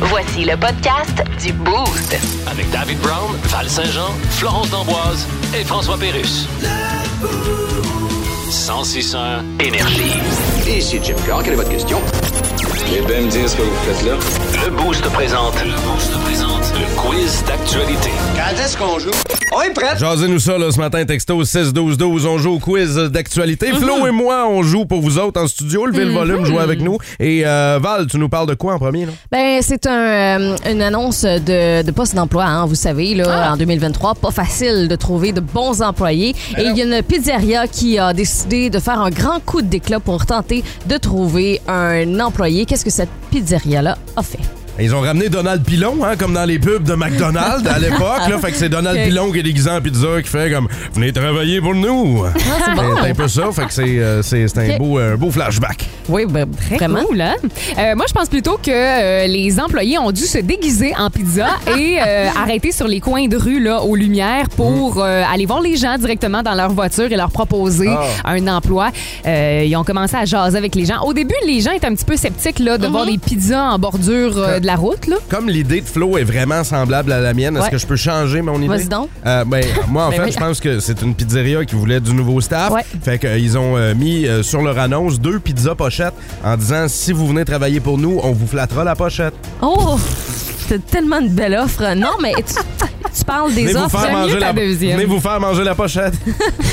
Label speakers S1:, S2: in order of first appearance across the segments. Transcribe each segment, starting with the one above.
S1: Voici le podcast du Boost.
S2: Avec David Brown, Val Saint-Jean, Florence D'Amboise et François Pérus. 1061 énergie.
S3: Ici Jim Carr, quelle est votre question?
S4: Et bien me dire ce que vous faites là.
S2: Le boost présente. Le boost présente le quiz d'actualité.
S3: Quand est-ce qu'on joue? On est prêt!
S5: Jasez-nous ça là, ce matin, texto 6-12-12. On joue au quiz
S6: Mm-hmm.
S5: d'actualité. Flo et moi, on joue pour vous autres en studio. Levez le volume, jouez avec nous. Et euh, Val, tu nous parles de quoi en premier? Là?
S6: Ben, c'est un, euh, une annonce de, de poste d'emploi, hein, vous savez, là, en 2023. Pas facile de trouver de bons employés. Et il y a une pizzeria qui a décidé de faire un grand coup de d'éclat pour tenter de trouver un employé. Qu'est-ce que cette pizzeria-là a fait?
S5: Ils ont ramené Donald Pilon, hein, comme dans les pubs de McDonald's à l'époque. là. Fait que c'est Donald
S6: Ok.
S5: Pilon qui est déguisé en pizza qui fait comme Venez travailler pour nous.
S6: Ah, c'est bon.
S5: C'est un peu ça. Fait que c'est euh, c'est- c'est un,
S7: Ok.
S5: beau, euh, un beau flashback.
S6: Oui, ben,
S7: Très
S6: vraiment.
S7: cool, hein? Euh, moi, je pense plutôt que euh, les employés ont dû se déguiser en pizza et euh, arrêter sur les coins de rue là, aux lumières pour
S6: Mm.
S7: euh, aller voir les gens directement dans leur voiture et leur proposer
S6: Ah.
S7: un emploi. Euh, ils ont commencé à jaser avec les gens. Au début, les gens étaient un petit peu sceptiques là,
S6: Mm-hmm.
S7: de voir des pizzas en bordure euh, de la route. Là.
S5: Comme l'idée de Flo est vraiment semblable à la mienne, est-ce
S6: Ouais.
S5: que je peux changer mon idée?
S6: Vas-y donc.
S5: Euh, ben, moi, en
S6: Ben
S5: fait,
S6: oui.
S5: je pense que c'est une pizzeria qui voulait du nouveau staff.
S7: Ouais.
S5: Fait qu'ils ont euh, mis euh, sur leur annonce deux pizzas pochettes en disant si vous venez travailler pour nous, on vous flattera la pochette.
S6: Oh! C'est tellement une belle offre. Non, mais tu, tu parles des
S5: Venez vous,
S6: offres.
S5: faire
S7: j'aime mieux
S5: manger
S7: ta
S5: la...
S7: deuxième.
S5: venez vous faire manger la pochette.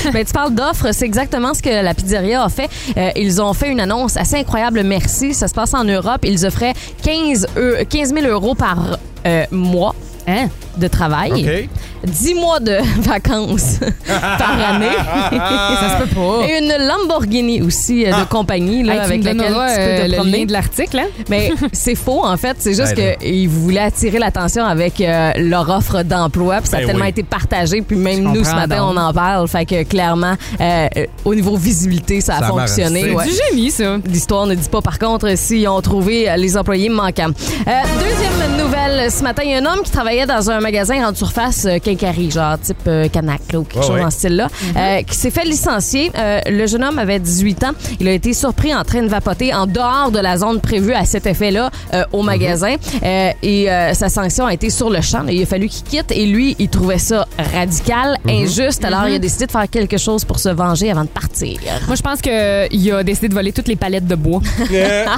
S6: Mais Ben, tu parles d'offres, c'est exactement ce que la pizzeria a fait. Euh, ils ont fait une annonce assez incroyable, merci. Ça se passe en Europe. Ils offraient 15, eu- 15 000 euros par euh, mois
S7: Hein?
S6: de travail,
S5: OK?
S6: 10 mois de vacances par année.
S7: Ça se peut pas. Ah.
S6: Et une Lamborghini aussi euh, de compagnie là,
S7: Hey, tu
S6: avec
S7: me
S6: laquelle tu peux
S7: donneras, euh,
S6: te
S7: le
S6: promener.
S7: lien de l'article. Hein?
S6: Mais c'est faux, en fait. C'est juste
S5: Ben
S6: qu'ils voulaient attirer l'attention avec euh, leur offre d'emploi. Puis ça
S5: Ben
S6: a tellement
S5: oui.
S6: été partagé. Puis même
S7: Je
S6: nous, ce
S7: comprends ben
S6: matin,
S7: donc.
S6: on en parle. Fait que clairement, euh, euh, au niveau visibilité, ça a
S5: Ça marche.
S6: fonctionné.
S5: C'est
S6: ouais.
S7: Du génie, ça.
S6: L'histoire ne dit pas, par contre, s'ils ont trouvé euh, les employés manquants. Euh, deuxième nouvelle. Ce matin, il y a un homme qui travaillait dans un magasin en surface euh, quincaillerie, genre type euh, Canac là, ou quelque
S5: Ouais,
S6: chose
S5: ouais.
S6: dans ce style-là,
S7: Mhm.
S6: euh, qui s'est fait licencier. Euh, le jeune homme avait 18 ans. Il a été surpris en train de vapoter en dehors de la zone prévue à cet effet-là euh,
S5: Mhm.
S6: au magasin. Euh, et euh, sa sanction a été sur le champ. Il a fallu qu'il quitte. Et lui, il trouvait ça radical, Mm-hmm. injuste. Alors, il a décidé de faire quelque chose pour se venger avant de partir.
S7: Mm-hmm. Moi, je pense qu'il a décidé de voler toutes les palettes de bois.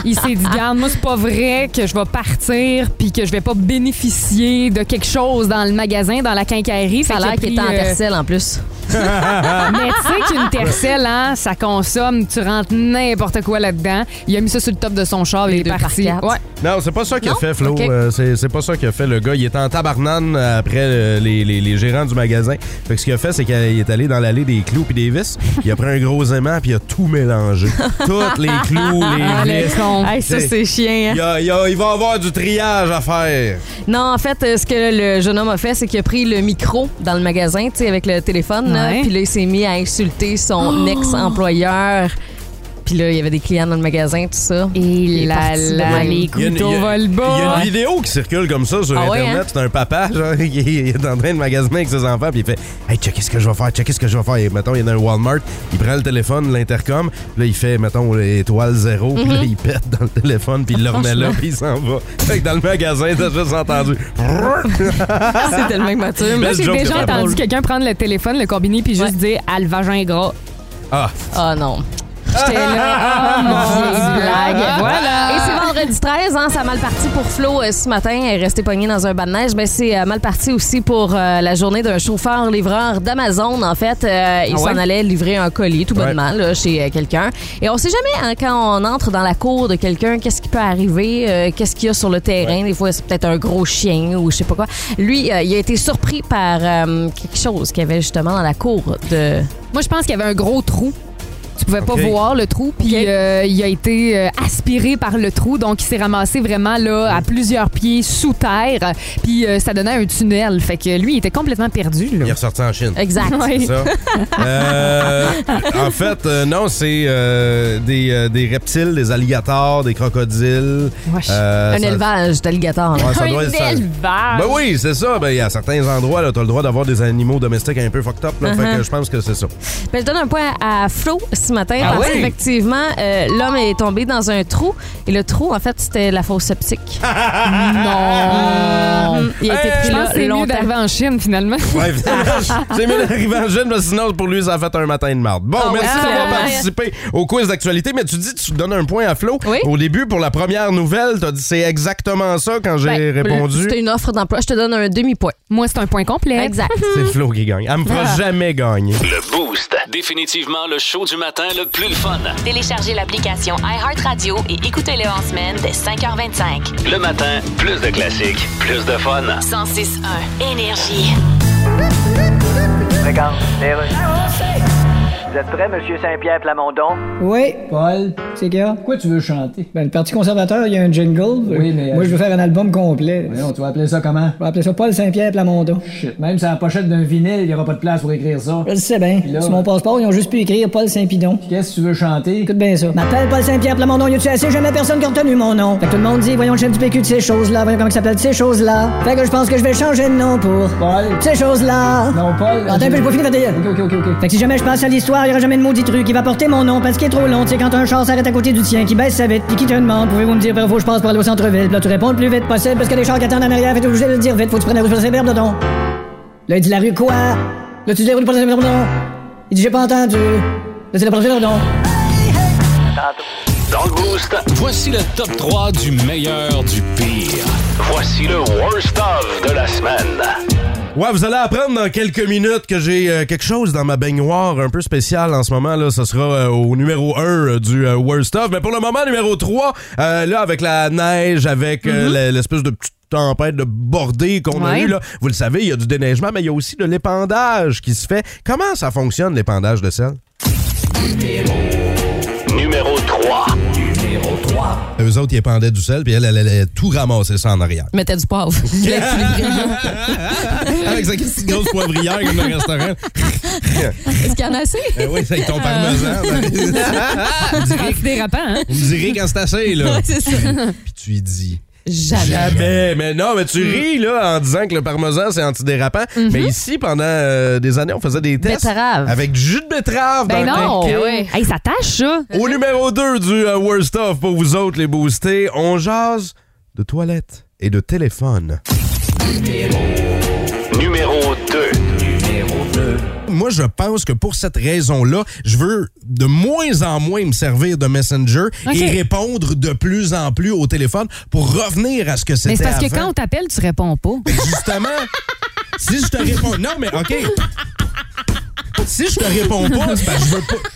S7: Il s'est dit, garde, moi, c'est pas vrai que je vais partir puis que je vais pas bénéficier de quelque chose dans le magasin, dans la quincaillerie.
S6: Ça a
S7: Fait
S6: l'air qu'il
S7: a
S6: était en
S7: pris, euh,
S6: tercelle en plus.
S7: Mais tu sais qu'une tercelle, hein, ça consomme, tu rentres n'importe quoi là-dedans. Il a mis ça sur le top de son char et il est
S6: deux par
S7: parti.
S6: quatre.
S7: Ouais.
S5: Non, c'est pas ça qu'il a
S6: Non?
S5: fait, Flo.
S6: OK.
S5: Euh, c'est c'est pas ça qu'il a fait, le gars. Il était en tabarnane après euh, les, les- les gérants du magasin. Fait que ce qu'il a fait, c'est qu'il est allé dans l'allée des clous puis des vis. Il a pris un gros aimant puis il a tout mélangé. Toutes les clous,
S7: Ah,
S5: les
S7: le
S5: vis.
S7: con.
S6: Hey, ça,
S5: C'est-
S6: c'est chien. hein?
S5: Il, y a- il y a- il va avoir du triage à faire.
S6: Non, en fait, euh, ce que le jeune homme a fait, c'est qu'il a pris le micro dans le magasin, tu sais, avec le téléphone, là,
S7: Ouais. Oh.
S6: puis là, il s'est mis à insulter son ex-employeur. Puis là, il y avait des clients dans le magasin, tout ça.
S7: Et là
S6: parti de
S7: là,
S6: même.
S7: les
S5: Il y a une-
S7: couteaux
S5: il y a-
S7: volent bas.
S5: Il y a une vidéo qui circule comme ça sur
S6: Ah ouais,
S5: Internet.
S6: hein?
S5: C'est un papa, genre, il est, il est en train de magasiner avec ses enfants, puis il fait Hey, check ce que je vais faire, check ce que je vais faire. Et, mettons, il est dans un Walmart, il prend le téléphone, l'intercom, puis là, il fait, mettons, étoile zéro, puis
S6: Mhm.
S5: là, il pète dans le téléphone, puis il le remet là, puis il s'en va. Fait que dans le magasin, t'as juste entendu.
S6: C'est tellement mature.
S5: Belle
S7: Moi, j'ai
S5: joke de
S7: déjà
S5: papa.
S7: entendu quelqu'un prendre le téléphone, le combiner, puis juste dire Ah, le vagin gras.
S5: Ah,
S6: Ah non.
S7: J'étais là. Oh mon Dieu,
S5: Ah,
S7: blague. Voilà.
S6: Et c'est vendredi 13, hein, ça a mal parti pour Flo euh, ce matin. Elle est restée pognée dans un bas de neige. Ben, c'est euh, mal parti aussi pour euh, la journée d'un chauffeur-livreur d'Amazon. En fait, euh, il
S7: Ah ouais?
S6: s'en allait livrer un colis tout
S5: Ouais.
S6: bonnement là, chez euh, quelqu'un. Et on sait jamais hein, quand on entre dans la cour de quelqu'un, qu'est-ce qui peut arriver, euh, qu'est-ce qu'il y a sur le terrain. Des fois, c'est peut-être un gros chien ou je sais pas quoi. Lui, euh, il a été surpris par euh, quelque chose qu'il y avait justement dans la cour de...
S7: Moi, je pense qu'il y avait un gros trou. Tu pouvais pas
S5: OK.
S7: voir le trou, puis euh, il a été euh, aspiré par le trou, donc il s'est ramassé vraiment là
S5: Hmm.
S7: à plusieurs pieds sous terre, puis euh, ça donnait un tunnel. Fait que lui, il était complètement perdu. Là.
S5: Il est ressorti en Chine.
S6: Exact.
S5: C'est ça. Euh, en fait, euh, non, c'est euh, des, euh, des reptiles, des alligators, des crocodiles.
S7: Wesh.
S5: Euh,
S6: Un
S5: ça-
S6: élevage d'alligators.
S5: Ouais, ça doit
S7: un
S5: être ça.
S7: élevage.
S5: Ben oui, c'est ça. Ben, à certains endroits, tu as le droit d'avoir des animaux domestiques un peu fucked up. là.
S6: Uh-huh.
S5: Fait que je pense que c'est ça.
S6: Ben, je donne un point à Flo ce matin
S5: Ah
S6: parce
S5: oui?
S6: qu'effectivement, euh, l'homme est tombé dans un trou et le trou, en fait, c'était la fosse septique.
S7: Non.
S6: Mhm. Il a été
S5: Hey!
S6: pris
S7: Euh, Je
S6: là
S7: pense que c'est mieux
S6: longtemps.
S7: d'arriver en Chine finalement.
S5: Ouais, c'est mieux d'arriver en jeune, parce que sinon, pour lui, ça a fait un matin de marde. Bon,
S6: Ah ouais,
S5: merci d'avoir
S6: clairement.
S5: participé au quiz d'actualité, mais tu dis, tu donnes un point à Flo.
S6: Oui.
S5: Au début, pour la première nouvelle, t'as dit, c'est exactement ça quand j'ai
S6: Ben,
S5: répondu.
S6: C'était une offre d'emploi. Je te donne un demi-point.
S7: Moi, c'est un point complet.
S6: Exact.
S5: C'est Flo qui gagne. Elle me
S6: Ah.
S5: fera jamais gagner.
S2: Le Boost. Définitivement le show du matin le plus le fun.
S1: Téléchargez l'application iHeartRadio et écoutez-le en semaine dès 5h25.
S2: Le matin, plus de classiques, plus de fun.
S1: 106.1 Énergie.
S8: Regarde,
S9: Euh,
S8: les rues. Vous êtes prêt, Monsieur Saint-Pierre Plamondon?
S9: Oui, Paul. C'est quoi? Pourquoi tu veux chanter? Ben, le Parti conservateur, il y a un jingle.
S8: Oui, mais,
S9: Moi,
S8: euh,
S9: je veux faire un album complet.
S8: Voyons, tu vas appeler ça comment?
S9: Je vais appeler ça Paul Saint-Pierre Plamondon.
S8: Shit. Même sur la pochette d'un vinyle, il n'y aura pas de place pour écrire ça.
S9: Je le sais bien.
S8: là, ben-
S9: Sur mon passeport, ils ont juste pu écrire Paul Saint-Pidon.
S8: Qu'est-ce que tu veux chanter? Ben-
S9: Écoute bien ça. M'appelle Paul Saint-Pierre Plamondon, y a-tu assez? Jamais personne qui a retenu mon nom. Fait que tout le monde dit, voyons le chef du PQ de ces choses-là, voyons comment il s'appelle de ces choses-là. Fait que je pense que je vais changer de nom pour
S8: Paul.
S9: ces choses-là.
S8: Non, Paul.
S9: Attends un peu, j'ai pas fini, ma
S8: Ok, ok, ok, ok.
S9: Fait que si jamais je passe à l'histoire, il y aura jamais de maudit truc qui va porter mon nom parce qu'il est trop long. Tu sais, quand un char s'arrête à côté du tien, qui baisse sa vite, puis qui te demande, pouvez-vous me dire par où faut que je passe pour aller au centre-ville? Puis Là, tu réponds le plus vite possible parce que les chars qui attendent en arrière, fait obligé de le dire vite, faut que tu prennes la rue de Saint-Bernardon. Là, il dit la rue quoi? Là, tu dis la rue de Saint-Bernardon. Il dit, j'ai pas entendu. Là, c'est la rue de Saint-Bernardon.
S3: Euh,
S2: Dans le Boost, voici le top 3 du meilleur du pire. Voici le worst of de la semaine.
S5: Ouais, vous allez apprendre dans quelques minutes que j'ai euh, quelque chose dans ma baignoire un peu spéciale en ce moment. Là, ce sera euh, au numéro 1 euh, du euh, Worst Of. Mais pour le moment, numéro 3, euh, là, avec la neige, avec euh, la- l'espèce de petite tempête de bordée qu'on a
S7: Ouais.
S5: eue, là. Vous le savez, il y a du déneigement, mais il y a aussi de l'épandage qui se fait. Comment ça fonctionne, l'épandage de sel?
S2: Numéro 3.
S5: Eux autres, ils épandaient du sel, puis elle, elle allait tout ramasser ça en arrière.
S6: Mettais du poivre. Je l'ai plus.
S5: avec sa petite grosse poivrière comme dans le restaurant.
S6: Est-ce qu'il y en a assez?
S5: Ben oui, c'est avec ton parmesan. Vous me direz-
S7: C'est dérapant, hein?
S5: vous me direz quand c'est assez, là.
S6: Ouais, c'est ça.
S5: Puis tu lui dis.
S7: Ah,
S6: Jamais.
S5: Jamais. Mais non, mais
S7: Mm.
S5: tu ris là en disant que le parmesan c'est antidérapant.
S7: Mm-hmm.
S5: Mais ici, pendant euh, des années, on faisait des tests
S6: Betterave.
S5: avec du jus de betterave.
S7: Ben
S5: dans le
S7: non!
S5: cocktail.
S7: Hey, ça tâche, ça!
S5: Au numéro 2 du euh, Worst Of pour vous autres les boostés, on jase de toilettes et de téléphone.
S2: Numéro 2.
S5: Moi, je pense que pour cette raison-là, je veux de moins en moins me servir de Messenger
S7: Ok.
S5: et répondre de plus en plus au téléphone pour revenir à ce que c'était
S7: Mais c'est parce que
S5: avant.
S7: quand on t'appelle, tu réponds pas.
S5: Ben, justement, si je te réponds. Non, mais OK. Si je te réponds pas, c'est parce que je veux pas.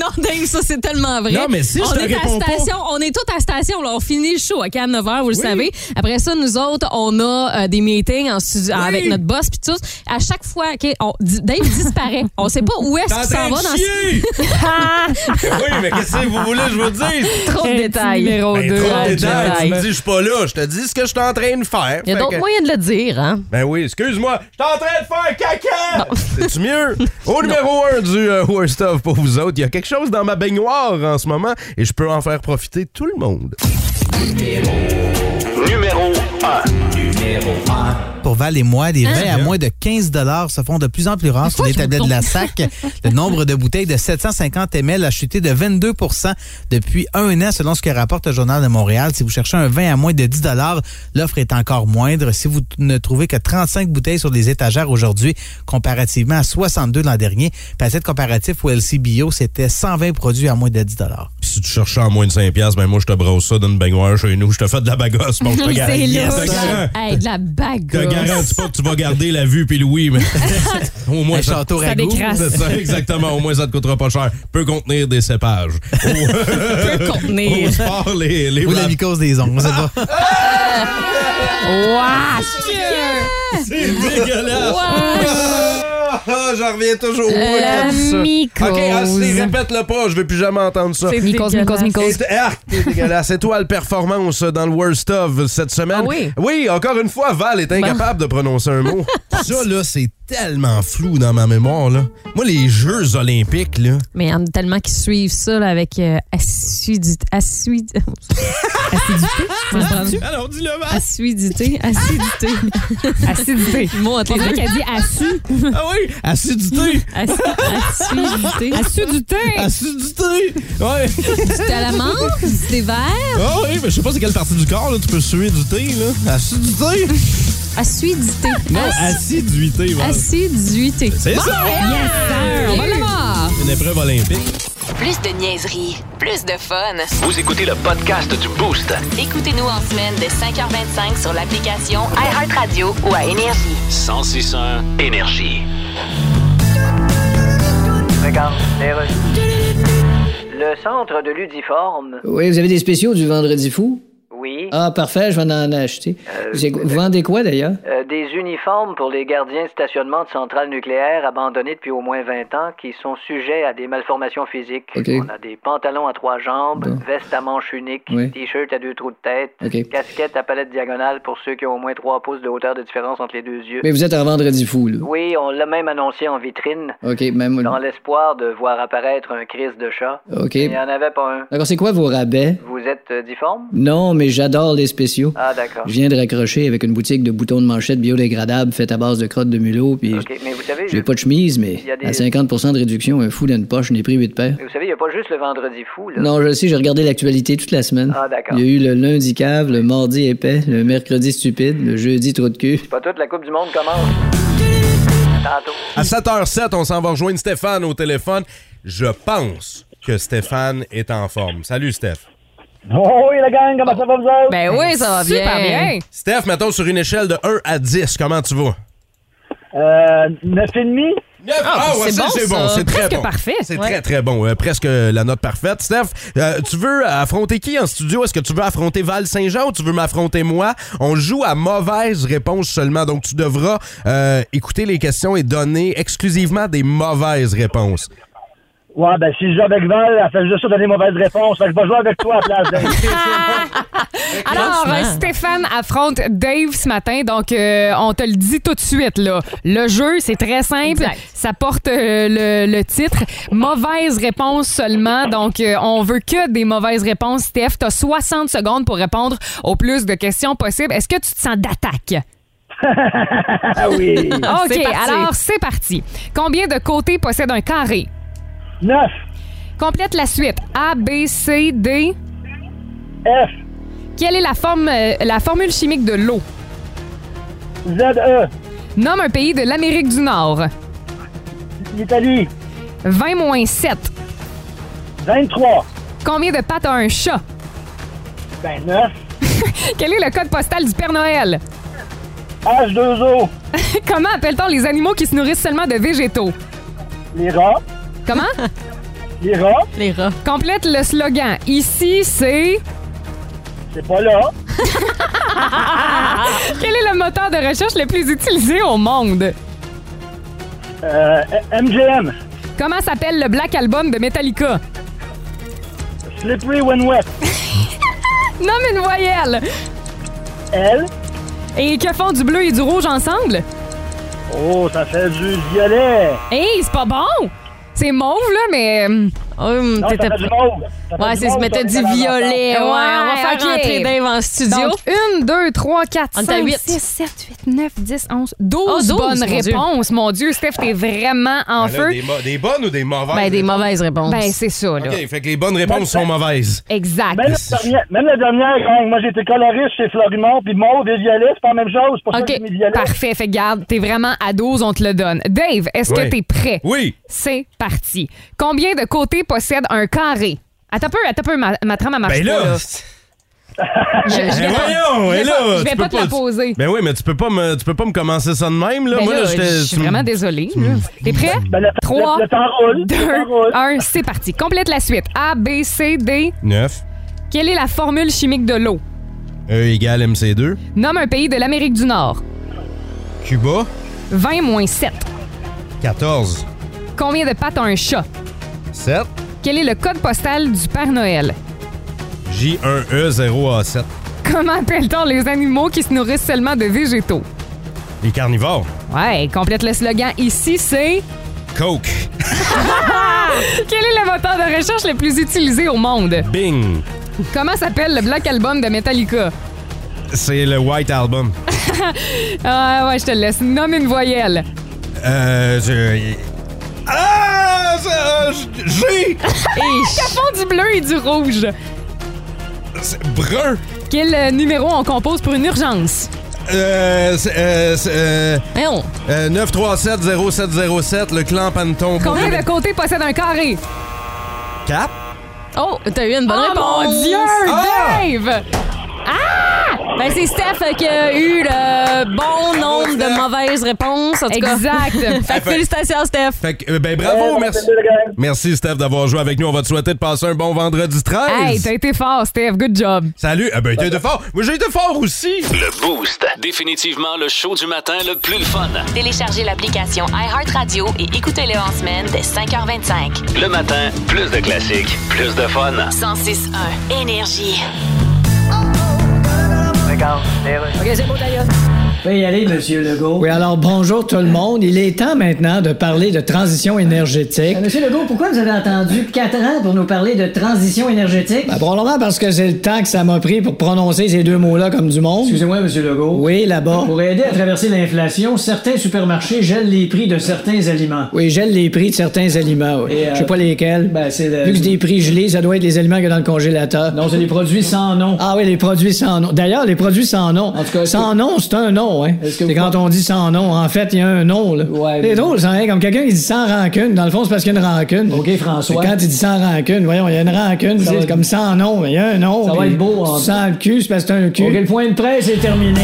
S6: Non, Dave, ça, c'est tellement vrai.
S5: Non, mais si je
S6: on
S5: te
S6: est à
S5: réponds pas-
S6: station, On est tous à station. Là, on finit le show OK, à 9 h, vous le savez. Après ça, nous autres, on a euh, des meetings en studio- avec notre boss. Puis tout. À chaque fois, OK, on, di- Dave disparaît. on sait pas où est-ce qu'il s'en va dans ce
S5: chier! oui, mais qu'est-ce que vous voulez que je vous dise?
S6: trop
S7: Un
S6: de
S7: petit
S6: détails.
S7: Numéro
S5: Ben,
S7: 2.
S5: trop de détails, tu me dis, je suis pas là. Je te dis ce que je suis en train de faire.
S6: hein, Il y a
S5: Fait
S6: d'autres
S5: que-
S6: moyens de le dire, hein?
S5: Ben oui, excuse-moi, je suis en train de faire caca! C'est-tu mieux? Au numéro 1 du euh, Worst Of pour vous autres, il y a quelque chose dans ma baignoire en ce moment et je peux en faire profiter tout le monde.
S2: Numéro 1.
S10: Pour Val et moi, les vins à moins de 15 se font de plus en plus rares sur les tablettes de la SAC. Le nombre de bouteilles de 750 ml a chuté de 22 depuis un an, selon ce que rapporte le Journal de Montréal. Si vous cherchez un vin à moins de 10 l'offre est encore moindre. Si vous t- ne trouvez que 35 bouteilles sur les étagères aujourd'hui, comparativement à 62 l'an dernier, facette comparatif au LCBO, c'était 120 produits à moins de 10
S5: Si tu cherches ça en moins de 5 piastres, ben moi je te brosse ça d'une baignoire chez nous, je te fais de la bagasse, mon je te gar-
S6: C'est
S5: je
S6: là.
S5: te gar-
S6: Hey, de la
S5: je te
S6: bague.
S5: garantis pas que tu vas garder la vue puis le oui, mais au moins
S10: Un
S5: ça,
S10: château
S7: ça
S10: ragoût.
S7: décrasse.
S5: c'est ça, exactement, au moins ça te coûtera pas cher. Peut contenir des cépages. Peut
S6: contenir.
S5: Au sport, les, les
S10: Ou la
S5: rap-
S10: mycose des ongles, on sait pas.
S7: Wesh!
S5: C'est dégueulasse. Ah, ah, j'en reviens toujours pas
S6: La
S5: comme ça.
S6: mycose.
S5: OK, ah, assez, répète-le pas, je veux plus jamais entendre ça.
S6: C'est Mycose, mycose, mycose.
S5: Et- Arc, t'es dégueulasse. Étoile performance dans le Worst of cette semaine.
S6: Ah oui?
S5: encore une fois, Val est incapable de prononcer un mot. ça, là, c'est tellement flou dans ma mémoire, là. Moi, les Jeux olympiques, là...
S6: Mais il y en a tellement qui suivent ça là, avec euh, assiduité. Assiduité. Assiduité.
S11: Alors, dis-le, Val.
S6: Assiduité. Assiduité. Assiduité. Moi, entre
S7: On
S6: les
S7: dirait
S6: deux.
S7: qu'elle dit assu.
S11: Ah oui!
S5: Assiduité.
S6: Assiduité.
S7: Assu du thé.
S5: Assiduité. Ouais.
S6: C'était à la menthe, c'était vert.
S5: Ah oui, mais je sais pas c'est quelle partie du corps, là, tu peux suer du thé, là. Assiduité.
S6: Assiduité.
S5: assiduité, Val.
S6: Assiduité.
S5: C'est ça.
S6: On va l'avoir.
S5: Une épreuve olympique.
S1: Plus de niaiserie, plus de fun.
S2: Vous écoutez le podcast du Boost.
S1: Écoutez-nous en semaine de 5h25 sur l'application iHeartRadio ou à Énergie.
S2: 1061 Énergie.
S8: Regarde, les rues. Le centre de l'Udiforme.
S12: Oui, vous avez des spéciaux du Vendredi fou?
S8: Oui.
S12: Ah, parfait, je vais en acheter. Vous avez- vous vendez quoi, d'ailleurs?
S8: Euh, des uniformes pour les gardiens de stationnement de centrales nucléaires abandonnées depuis au moins 20 ans qui sont sujets à des malformations physiques.
S12: Ok.
S8: On a des pantalons à trois jambes,
S12: Bon.
S8: veste à manches uniques,
S12: Oui.
S8: t-shirt à deux trous de tête,
S12: Ok.
S8: casquette à palette diagonale pour ceux qui ont au moins trois pouces de hauteur de différence entre les deux yeux.
S12: Mais vous êtes en Vendredi fou, là.
S8: Oui, on l'a même annoncé en vitrine.
S12: OK, même...
S8: Dans l'espoir de voir apparaître un crise de chat.
S12: Ok.
S8: Mais Il n'y en avait pas un.
S12: D'accord, c'est quoi vos rabais?
S8: Vous êtes euh, difforme?
S12: Non, Oh, mais j'adore les spéciaux.
S8: Ah, d'accord.
S12: Je viens de raccrocher avec une boutique de boutons de manchette biodégradables faite à base de crottes de mulot, puis...
S8: OK, mais vous savez,
S12: J'ai pas de chemise, mais
S8: Il y a des-
S12: à 50 de réduction, un fou dans une poche, je n'ai pris huit paires.
S8: vous savez, il n'y a pas juste le vendredi fou, là.
S12: Non, je le sais, j'ai regardé l'actualité toute la semaine.
S8: Ah, d'accord.
S12: Il y a eu le lundi cave, le mardi épais, le mercredi stupide, le jeudi trou de cul.
S8: Pas toute la Coupe du Monde commence. Tantôt.
S5: À 7h07, on s'en va rejoindre Stéphane au téléphone. Je pense que Stéphane est en forme. Salut, Steph.
S13: Oh oui, la gang, comment ça va, vous autres? Ben
S6: oui, ça va Super bien. bien.
S5: Steph, mettons sur une échelle de 1 à 10, comment tu vas?
S13: Euh, neuf et demi?
S5: Ah, ouais, ça, c'est bon, c'est très bon. C'est
S13: Ouais.
S5: très, très bon. Euh, presque la note parfaite. Steph, euh, tu veux affronter qui en studio? Est-ce que tu veux affronter Val Saint-Jean ou tu veux m'affronter moi? On joue à mauvaise réponse seulement, donc tu devras euh, écouter les questions et donner exclusivement des mauvaises réponses.
S13: Ouais, ben si je joue avec Val, elle fait juste ça donner mauvaise réponse. Fait que je vais jouer avec toi à la place d'elle.
S7: Alors, euh, Stéphane affronte Dave ce matin, donc euh, on te le dit tout de suite. Là. Le jeu, c'est très simple. Ça porte euh, le, le titre. Mauvaise réponse seulement. Donc, euh, on veut que des mauvaises réponses, Steph. Tu as 60 secondes pour répondre au plus de questions possibles. Est-ce que tu te sens d'attaque?
S13: Ah oui.
S7: OK, alors c'est parti. Combien de côtés possède un carré?
S13: 9.
S7: Complète la suite. A, B, C, D.
S13: F.
S7: Quelle est la, forme, euh, la formule chimique de l'eau?
S13: ZE.
S7: Nomme un pays de l'Amérique du Nord.
S13: L'Italie.
S7: 20 moins 7.
S13: 23.
S7: Combien de pattes a un chat?
S13: Ben 9.
S7: Quel est le code postal du Père Noël?
S13: H2O.
S7: Comment appelle-t-on les animaux qui se nourrissent seulement de végétaux?
S13: Les rats.
S7: Comment?
S13: Les rats.
S6: Les rats.
S7: Complète le slogan. Ici, c'est...
S13: C'est pas là.
S7: Quel est le moteur de recherche le plus utilisé au monde?
S13: Euh, MGM.
S7: Comment s'appelle le Black Album de Metallica?
S13: Slippery When Wet.
S7: Nomme une voyelle.
S13: L.
S7: Et que font du bleu et du rouge ensemble?
S13: Oh, ça fait du violet.
S7: Hey, c'est pas bon! C'est mauve, là, mais... hum,
S13: Non, ça fait du mauve. Ça fait
S6: Ouais,
S13: du
S6: c'est ce
S13: mauve,
S6: mais
S13: ça
S6: t'as
S13: fait
S6: dit
S13: de la
S6: violet. Ouais,
S13: lavande.
S6: on va faire
S7: ok.
S6: rentrer Dave en studio.
S7: Donc, 1, 2, 3, 4,
S6: On est à
S7: 5,
S6: huit.
S7: 6, 7, 8, 9, 10, 11, 12,
S6: Oh, 12,
S7: bonnes
S6: mon Dieu.
S7: réponses. Mon Dieu, Steph, t'es vraiment en
S5: Ben là,
S7: feu.
S5: des, mo- des bonnes ou des mauvaises?
S6: mauvaises réponses.
S7: Ben, c'est ça, là. Ben,
S5: OK, fait que les bonnes réponses sont mauvaises.
S7: Exact.
S13: Même la dernière, même la dernière gang, moi j'étais coloriste chez Florimont, puis mauve et violet, c'est pas la même chose. C'est pour ça que
S7: OK,
S13: j'ai mis violet.
S7: parfait. Fait que garde, t'es vraiment à 12, on te le donne. Dave, est-ce
S13: Oui.
S7: que t'es prêt?
S5: Oui.
S7: C'est parti. Combien de côtés possède un carré? Attends un peu, attends un peu, ma, ma trame, elle marche
S5: Ben
S7: pas,
S5: là,
S7: là.
S5: c'est-
S7: Je- je
S5: Ben
S7: vais pas-
S5: voyons,
S7: je vais
S5: ben
S7: pas-
S5: là,
S7: je vais
S5: tu
S7: pas
S5: peux
S7: te la poser.
S5: Ben oui, mais tu peux pas me, tu peux pas me commencer ça de même là.
S7: Ben
S5: Moi là,
S7: là,
S5: j'étais-
S7: je suis
S5: tu me-
S7: vraiment désolée. là. T'es prêt?
S13: le-
S7: 3,
S13: le temps roule,
S7: 2, 1, c'est parti. Complète la suite. A, B, C, D.
S5: Neuf.
S7: Quelle est la formule chimique de l'eau?
S5: E égale MC2.
S7: Nomme un pays de l'Amérique du Nord.
S5: Cuba.
S7: 20 moins 7.
S5: 14.
S7: Combien de pattes a un chat?
S5: 7.
S7: Quel est le code postal du Père Noël?
S5: E J1E0A7.
S7: Comment appelle-t-on les animaux qui se nourrissent seulement de végétaux?
S5: Les carnivores.
S7: Ouais, complète le slogan ici, c'est...
S5: Coke.
S7: Quel est le moteur de recherche le plus utilisé au monde?
S5: Bing.
S7: Comment s'appelle le Black Album de Metallica?
S5: C'est le White Album.
S7: ah ouais, je te le laisse. Nomme une voyelle.
S5: Euh, je... Ah! ça- G!
S7: T'as fond du bleu et du rouge.
S5: C'est brun.
S7: Quel euh, numéro on compose pour une urgence?
S5: Euh, c'est- euh, c'est, euh, euh, 937-0707, le clan Panton.
S7: Combien de côtés possède un carré?
S5: Cap?
S6: Oh, t'as eu une bonne
S7: Oh,
S6: réponse.
S7: mon Dieu, Dave!
S6: Ah! Ben, c'est Steph qui a eu le bon nombre de mauvaises réponses, en tout cas.
S7: Exact.
S6: fait que félicitations, Steph.
S5: Fait que, euh, ben bravo, merci. Merci, Steph, d'avoir joué avec nous. On va te souhaiter de passer un bon vendredi 13.
S7: Hey, t'as été fort, Steve. Good job.
S5: Salut. Ah ben, t'as été fort. Moi, j'ai été fort aussi.
S2: Le Boost. Définitivement le show du matin le plus le fun.
S1: Téléchargez l'application iHeartRadio et écoutez-le en semaine dès 5h25.
S2: Le matin, plus de classiques, plus de fun.
S1: 106.1 Énergie.
S8: Eh
S9: OK, c'est bon, d'ailleurs.
S3: Veuillez y aller, Monsieur Legault.
S9: Oui, alors bonjour tout le monde. Il est temps maintenant de parler de transition énergétique.
S3: Monsieur Legault, pourquoi vous avez attendu 4 ans pour nous parler de transition énergétique?
S9: Ben, probablement parce que c'est le temps que ça m'a pris pour prononcer ces deux mots-là comme du monde. Excusez-moi, Monsieur Legault. Oui, là-bas.
S3: Pour aider à traverser l'inflation, certains supermarchés gèlent les prix de certains aliments.
S9: Oui, gèle les prix de certains aliments. oui.
S3: Et, euh,
S9: Je sais pas lesquels.
S3: Ben, c'est le...
S9: Vu que c'est des prix gelés, ça doit être les aliments qu'il y a dans le congélateur.
S3: Non, c'est des produits sans nom.
S9: Ah oui, les produits sans nom. D'ailleurs, les produits sans nom.
S3: En tout cas,
S9: sans nom, c'est un nom, hein.
S3: Est-ce que vous
S9: C'est quand on dit sans nom, en fait, il y a un nom, là.
S3: Ouais,
S9: c'est
S3: mais-
S9: drôle, ça, hein. Comme quelqu'un qui dit sans rancune, dans le fond, c'est parce qu'il y a une rancune.
S3: OK, François.
S9: Mais Quand il dit sans rancune, voyons, il y a une rancune, tu sais,
S3: va
S9: c'est
S3: être-
S9: comme sans nom, mais il y a un nom.
S3: Ça va
S9: puis
S3: être beau, en-
S9: Sans le cul, c'est parce que c'est un cul.
S3: OK, le point de presse est terminé.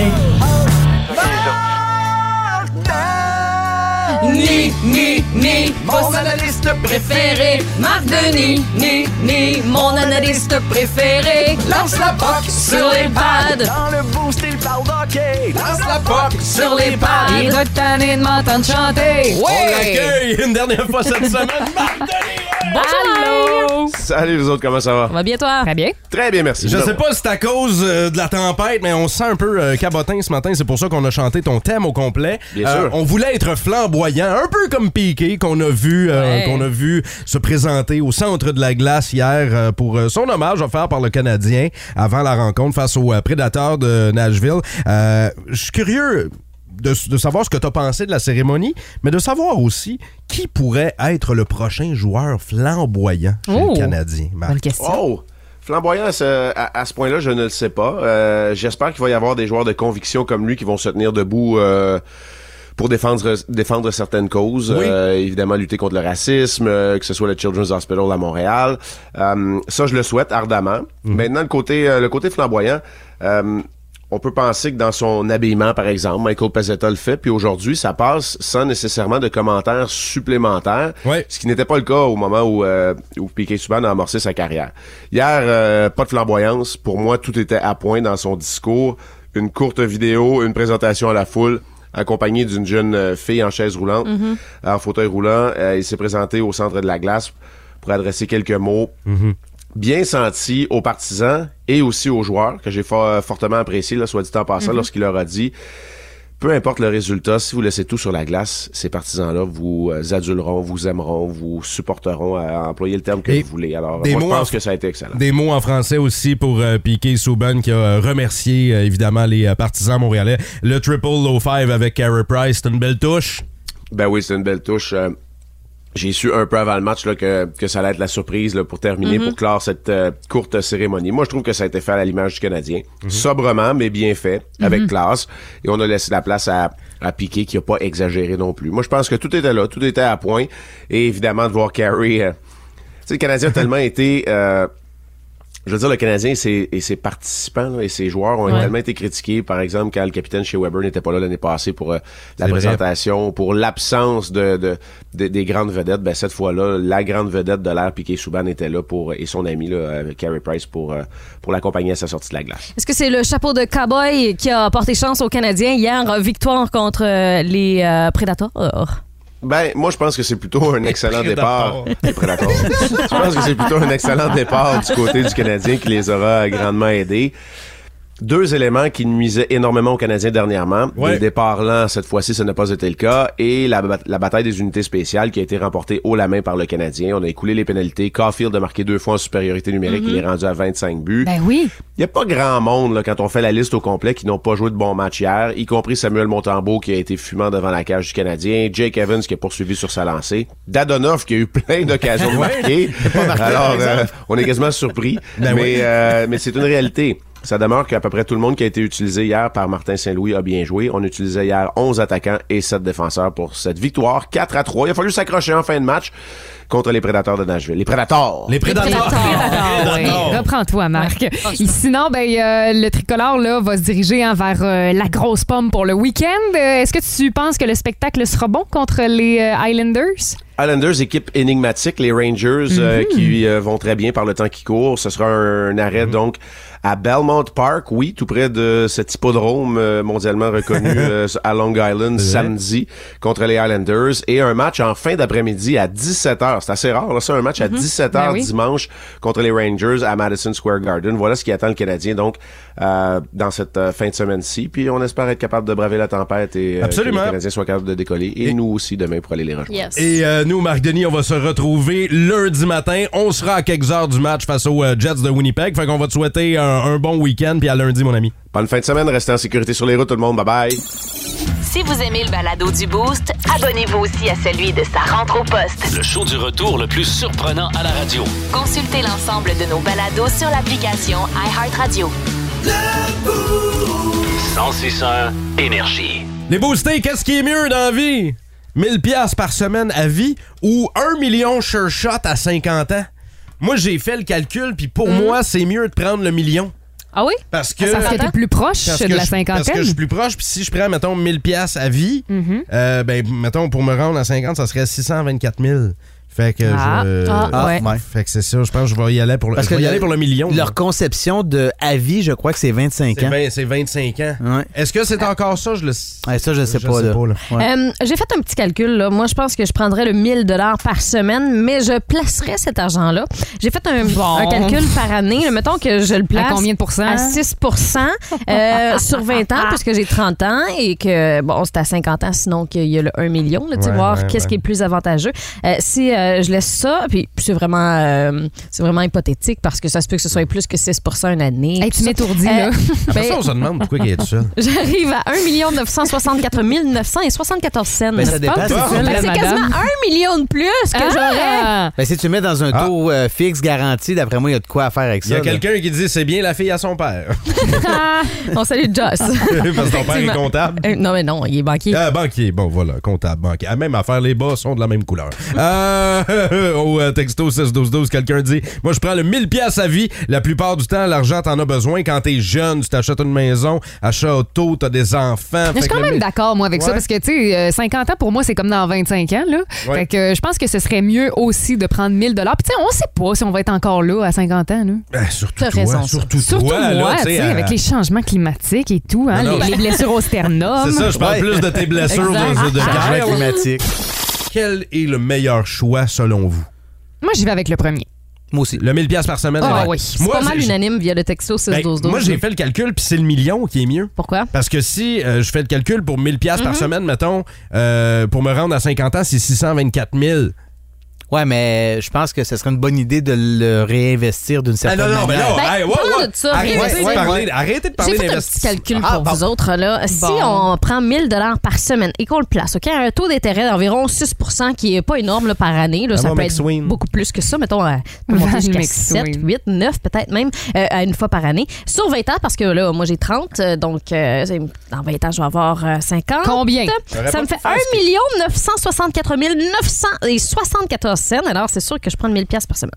S14: Ni, ni, ni, mon analyste préféré. Marc Denis, ni, ni, mon analyste préféré. Lance la POC sur les pads. Dans le boost, il parle d'hockey. Lance la POC sur les pads.
S7: Il doit être tanné de m'entendre chanter.
S5: On l'accueille une dernière fois cette semaine.
S6: Allô!
S15: Salut, vous autres, comment ça va?
S6: Ça va bien, toi? Très bien.
S15: Très bien, merci.
S5: Je sais pas si c'est à cause euh, de la tempête, mais on se sent un peu euh, cabotin ce matin. C'est pour ça qu'on a chanté ton thème au complet. Euh,
S15: Bien sûr.
S5: On voulait être flamboyant, un peu comme Piqué qu'on a vu, euh,
S15: Ouais.
S5: qu'on a vu se présenter au centre de la glace hier euh, pour euh, son hommage offert par le Canadien avant la rencontre face aux euh, prédateurs de Nashville. Euh, Je suis curieux. De, de savoir ce que tu as pensé de la cérémonie, mais de savoir aussi qui pourrait être le prochain joueur flamboyant chez
S15: Oh.
S5: le Canadien. Marc.
S15: Oh! Flamboyant, ce- à, à ce point-là, je ne le sais pas. Euh, J'espère qu'il va y avoir des joueurs de conviction comme lui qui vont se tenir debout euh, pour défendre, défendre certaines causes.
S5: Oui.
S15: Euh, évidemment, lutter contre le racisme, euh, que ce soit le Children's Hospital à Montréal. Euh, ça, je le souhaite ardemment. Maintenant, le côté, euh, le côté flamboyant, euh, on peut penser que dans son habillement, par exemple, Michael Pezzetta le fait, puis aujourd'hui, ça passe sans nécessairement de commentaires supplémentaires, ce qui n'était pas le cas au moment où, euh, où Piquet Subban a amorcé sa carrière. Hier, euh, pas de flamboyance. Pour moi, tout était à point dans son discours. Une courte vidéo, une présentation à la foule, accompagnée d'une jeune euh, fille en chaise roulante,
S16: Mhm.
S15: en fauteuil roulant. Euh, il s'est présenté au centre de la glace pour adresser quelques mots bien senti aux partisans et aussi aux joueurs, que j'ai fo- fortement apprécié, là, soit dit en passant,
S16: Mhm.
S15: lorsqu'il leur a dit peu importe le résultat, si vous laissez tout sur la glace, ces partisans-là vous euh, aduleront, vous aimeront, vous supporteront, euh, à employer le terme que vous voulez. Alors,
S5: des
S15: moi, je
S5: mots en-
S15: pense que ça a été excellent.
S5: Des mots en français aussi pour euh, Piqué Souban qui a euh, remercié euh, évidemment les euh, partisans montréalais. Le triple low five avec Carey Price, c'est une belle touche.
S15: Ben oui, c'est une belle touche. Euh, J'ai su un peu avant le match là, que, que ça allait être la surprise là, pour terminer,
S16: Mhm.
S15: pour clore cette euh, courte cérémonie. Moi, je trouve que ça a été fait à l'image du Canadien. Sobrement, mais bien fait, avec classe. Et on a laissé la place à, à Piqué qui n'a pas exagéré non plus. Moi, je pense que tout était là, tout était à point. Et évidemment, de voir Carey... euh, tu sais, le Canadien a tellement été... euh, je veux dire, le Canadien et ses, et ses participants là, et ses joueurs ont
S16: Ouais.
S15: tellement été critiqués. Par exemple, quand le capitaine chez Weber n'était pas là l'année passée pour euh, la
S16: C'est vrai.
S15: présentation, pour l'absence de, de- de- des grandes vedettes, ben, cette fois-là, la grande vedette de l'air, Piquet Souban, était là pour et son ami, là, euh, Carey Price, pour, euh, pour l'accompagner à sa sortie de la glace.
S6: Est-ce que c'est le chapeau de cowboy qui a porté chance aux Canadiens hier, victoire contre euh, les euh, Prédateurs?
S15: Ben, moi, je pense que c'est plutôt un excellent départ. Les Predators. je pense que c'est plutôt un excellent départ du côté du Canadien qui les aura grandement aidés. Deux éléments qui nuisaient énormément aux Canadiens dernièrement.
S16: Ouais.
S15: Les départs lents, cette fois-ci, ce n'a pas été le cas. Et la, bat- la bataille des unités spéciales qui a été remportée haut la main par le Canadien. On a écoulé les pénalités. Caulfield a marqué deux fois en supériorité numérique.
S7: Mhm.
S15: Il est rendu à 25 buts.
S7: Ben oui.
S15: Il n'y a pas grand monde, là, quand on fait la liste au complet, qui n'ont pas joué de bons matchs hier, y compris Samuel Montembeau qui a été fumant devant la cage du Canadien, Jake Evans qui a poursuivi sur sa lancée, Dadonov qui a eu plein d'occasions de
S5: Ouais.
S15: marquer.
S5: Pas marqué, par
S15: Alors,
S5: exemple.
S15: euh, on est quasiment surpris,
S5: Ben
S15: mais,
S5: oui.
S15: euh, mais c'est une réalité. Ça demeure qu'à peu près tout le monde qui a été utilisé hier par Martin Saint-Louis a bien joué. On utilisait hier 11 attaquants et 7 défenseurs pour cette victoire. 4 à 3. Il a fallu s'accrocher en fin de match contre les Prédateurs de Nashville. Les Prédateurs! Les
S7: Prédateurs. Prédateurs,
S5: Ah,
S7: oui. Reprends-toi, Marc. Et sinon, ben, euh, le tricolore là, va se diriger hein, vers euh, la grosse pomme pour le week-end. Euh, Est-ce que tu penses que le spectacle sera bon contre les euh, Islanders?
S15: Islanders, équipe énigmatique, les Rangers
S5: Mhm.
S15: euh, qui euh, vont très bien par le temps qui court. Ce sera un, un
S5: Mhm.
S15: arrêt donc à Belmont Park, oui, tout près de cet hippodrome euh, mondialement reconnu euh, à Long Island samedi contre les Islanders et un match en fin d'après-midi à 17h. C'est assez rare, là, ça, un match à 17h
S5: Ben oui.
S15: dimanche contre les Rangers à Madison Square Garden. Voilà ce qui attend le Canadien donc euh, dans cette euh, fin de semaine-ci. Puis on espère être capable de braver la tempête et euh,
S5: Absolument.
S15: que les Canadiens soient capables de décoller et, nous aussi demain pour aller les rejoindre.
S5: Et euh, nous, Marc Denis, on va se retrouver lundi matin. On sera à quelques heures du match face aux euh, Jets de Winnipeg. Fait qu'on va te souhaiter un, un bon week-end, puis à lundi, mon ami.
S15: Bonne fin de semaine, restez en sécurité sur les routes, tout le monde. Bye bye.
S1: Si vous aimez le balado du Boost, abonnez-vous aussi à celui de sa rentre au poste.
S2: Le show du retour le plus surprenant à la radio.
S1: Consultez l'ensemble de nos balados sur l'application iHeartRadio.
S2: 1061 Énergie.
S5: Les boostés, qu'est-ce qui est mieux dans la vie? 1000 pièces par semaine à vie ou 1 million sure shot à 50 ans? Moi, j'ai fait le calcul, puis pour moi, c'est mieux de prendre le million.
S7: Hmm. Ah oui?
S5: Parce que...
S7: Parce que t'es plus proche
S5: Parce
S7: de
S5: que
S7: la
S5: je- Parce que
S7: cinquantaine. Mm-hmm.
S5: je suis plus proche, puis si je prends, mettons, 1000 pièces à vie, euh, ben, mettons, pour me rendre à 50, ça serait 624 000. Fait que
S10: Ah.
S5: je...
S10: Ah, ouais.
S5: Fait que c'est ça, je pense que je vais y aller pour le, je vais y aller pour le million.
S10: Leur conception de avis, je crois que c'est 25
S5: C'est
S10: ans.
S5: vingt- C'est 25 ans. Est-ce que c'est encore ça? Je le
S10: Ouais, ça, je sais pas. là. Ouais.
S6: Euh, J'ai fait un petit calcul. Là. Moi, je pense que je prendrais le 1000 par semaine, mais je placerais cet argent-là. J'ai fait un, un calcul par année. Là, Mettons que je le place.
S7: À combien de pourcents?
S6: À 6 euh, sur 20 ans, puisque j'ai 30 ans et que, bon, c'est à 50 ans, sinon qu'il y a le 1 million. Là, tu sais,
S7: Ouais,
S6: voir
S7: ouais,
S6: qu'est-ce
S7: ouais.
S6: qui est le plus avantageux. Euh, si euh, je laisse ça, puis c'est vraiment, euh, c'est vraiment hypothétique parce que ça se peut que ce soit plus que 6 une année. Euh,
S7: Hey, tu m'étourdis, là.
S5: Après
S7: Ben,
S6: ben
S5: ça, on se demande pourquoi il est tout seul.
S6: J'arrive à 1 964 974 cents.
S10: Ben, ça dépend,
S6: Fait que
S10: c'est une
S6: C'est
S10: madame.
S6: quasiment 1 million de plus que j'aurais.
S10: Ben, si tu mets dans un taux euh, fixe garanti, d'après moi, il y a de quoi à faire avec ça.
S5: Ah. Il y a
S10: là.
S5: quelqu'un qui dit c'est bien la fille à son père.
S6: on salue Joss.
S5: Parce que ton père est
S6: Effectivement.
S5: comptable.
S6: Euh, non, mais non, il est banquier.
S5: Ah, banquier, bon voilà, comptable, banquier. Ah, même affaire, les bas sont de la même couleur. Euh, au euh, texto 6-12-12, quelqu'un dit Moi, je prends le 1000$ piastres à vie. La plupart du temps, l'argent, t'en as besoin quand t'es jeune. Tu t'achètes une maison, achat auto, t'as des enfants.
S7: Mais je
S5: Fait
S7: suis
S5: que
S7: quand
S5: le
S7: même
S5: 1000
S7: d'accord, moi, avec ça,
S5: Ouais.
S7: parce que, tu sais, euh, 50 ans, pour moi, c'est comme dans 25 ans, là.
S5: Ouais.
S7: Fait que euh, je pense que ce serait mieux aussi de prendre 1000 Puis, tu sais, on sait pas si on va être encore là à 50 ans, là.
S5: Ben, surtout
S7: T'as
S5: toi,
S7: raison, ça.
S5: surtout,
S7: Surtout
S5: toi, là,
S7: moi,
S5: tu
S7: tu sais,
S5: sais,
S7: avec
S5: à-
S7: les changements climatiques et tout, hein,
S5: Non, non.
S7: Les, les blessures au sternum. Ah,
S5: C'est ça, je parle plus de tes blessures de, de guerre. Quel est le meilleur choix selon vous?
S7: Moi, j'y vais avec le premier.
S5: Moi aussi. Le 1000$ piastres par semaine.
S6: Ah
S5: ouais.
S6: oui, c'est pas mal
S5: j'ai-
S6: unanime via le texto 6
S5: Ben,
S6: 12 12
S5: moi, j'ai fait le calcul, puis c'est le million qui est mieux.
S6: Pourquoi?
S5: Parce que si euh, je fais le calcul pour 1000$ piastres par
S6: Mhm.
S5: semaine, mettons, euh, pour me rendre à 50 ans, c'est 624 000.
S10: Ouais, mais je pense que ce serait une bonne idée de le réinvestir d'une certaine
S5: non, non, mais
S10: manière.
S5: là, Ben, hey, ouais,
S6: Parlons de ça.
S5: Arrêtez
S6: Réveillez-vous.
S5: de parler- arrêtez de parler
S6: J'ai fait un petit
S5: d'investissement.
S6: calcul
S5: Ah,
S6: pour
S5: bon.
S6: vous autres. Là. Si
S5: Bon.
S6: on prend 1000 par semaine et qu'on le place, OK, à un taux d'intérêt d'environ 6 qui n'est pas énorme là, par année, là,
S5: Ah,
S6: ça
S5: bon,
S6: peut être
S5: McSween.
S6: beaucoup plus que ça. Mettons, euh, peut monter
S7: Van
S6: jusqu'à
S7: McSween.
S6: 7, 8, 9 peut-être même euh, à une fois par année. Sur 20 ans, parce que là, moi, j'ai 30, euh, donc euh, c'est- dans 20 ans, je vais avoir euh, 50.
S7: Combien? T'aurais
S6: Ça
S7: pas
S6: me
S7: pu
S6: fait
S7: faire
S6: 1
S7: ce
S6: 964 974 cents. Alors, c'est sûr que je prends 1000 par semaine.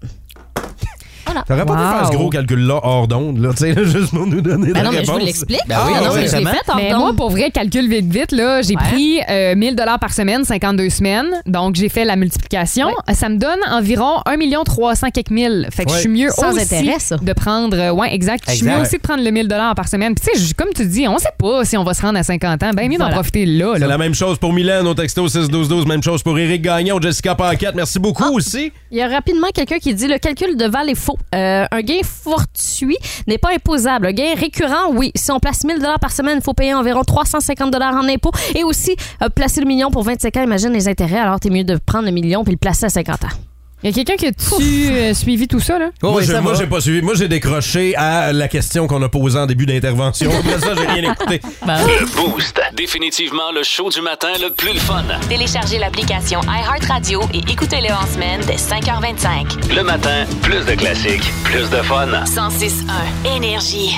S6: Voilà.
S5: T'aurais pas pu faire ce gros calcul-là hors d'onde, là, tu sais, là, juste pour nous donner la
S6: Ben non, mais je
S5: réponse.
S6: vous l'explique. Ben oui, Ah, non, non, mais je l'ai exactement. fait en
S7: Mais
S6: temps.
S7: moi, pour vrai, calcul vite, vite, là, j'ai pris euh, 1000 dollars par semaine, 52 semaines. Donc, j'ai fait la multiplication. Ça me donne environ 1 300 quelques mille. Fait que
S6: Ouais.
S7: je suis mieux
S6: Sans
S7: aussi
S6: intérêt, ça.
S7: de prendre... euh, ouais, exact. Je suis
S5: Exact.
S7: mieux aussi de prendre le 1000 dollars par semaine. Puis, tu sais, je- comme tu dis, on sait pas si on va se rendre à 50 ans. Ben mieux d'en
S5: Voilà.
S7: profiter là.
S5: C'est
S7: là.
S5: la même chose pour Milan au texto 6-12-12, même chose pour Eric Gagnon, Jessica Paquette. Merci beaucoup
S6: Ah.
S5: aussi.
S6: Il y a rapidement quelqu'un qui dit le calcul de Val est faux. Euh, un gain fortuit n'est pas imposable. Un gain récurrent, oui. Si on place 1000 dollars par semaine, il faut payer environ 350 dollars en impôts. Et aussi, euh, placer le million pour 25 ans, imagine les intérêts. Alors, t'es mieux de prendre le million puis le placer à 50 ans.
S7: Il y a quelqu'un qui a-tu euh, suivi tout ça, là?
S10: Oh,
S5: moi, je-
S7: ça
S5: moi, j'ai pas suivi. Moi, j'ai décroché à la question qu'on a posée en début d'intervention. Après ça, j'ai rien écouté.
S7: Ben
S2: Le Boost. Définitivement le show du matin le plus le fun.
S1: Téléchargez l'application iHeartRadio et écoutez-le en semaine dès 5h25.
S2: Le matin, plus de classiques, plus de fun.
S1: 106.1 Énergie.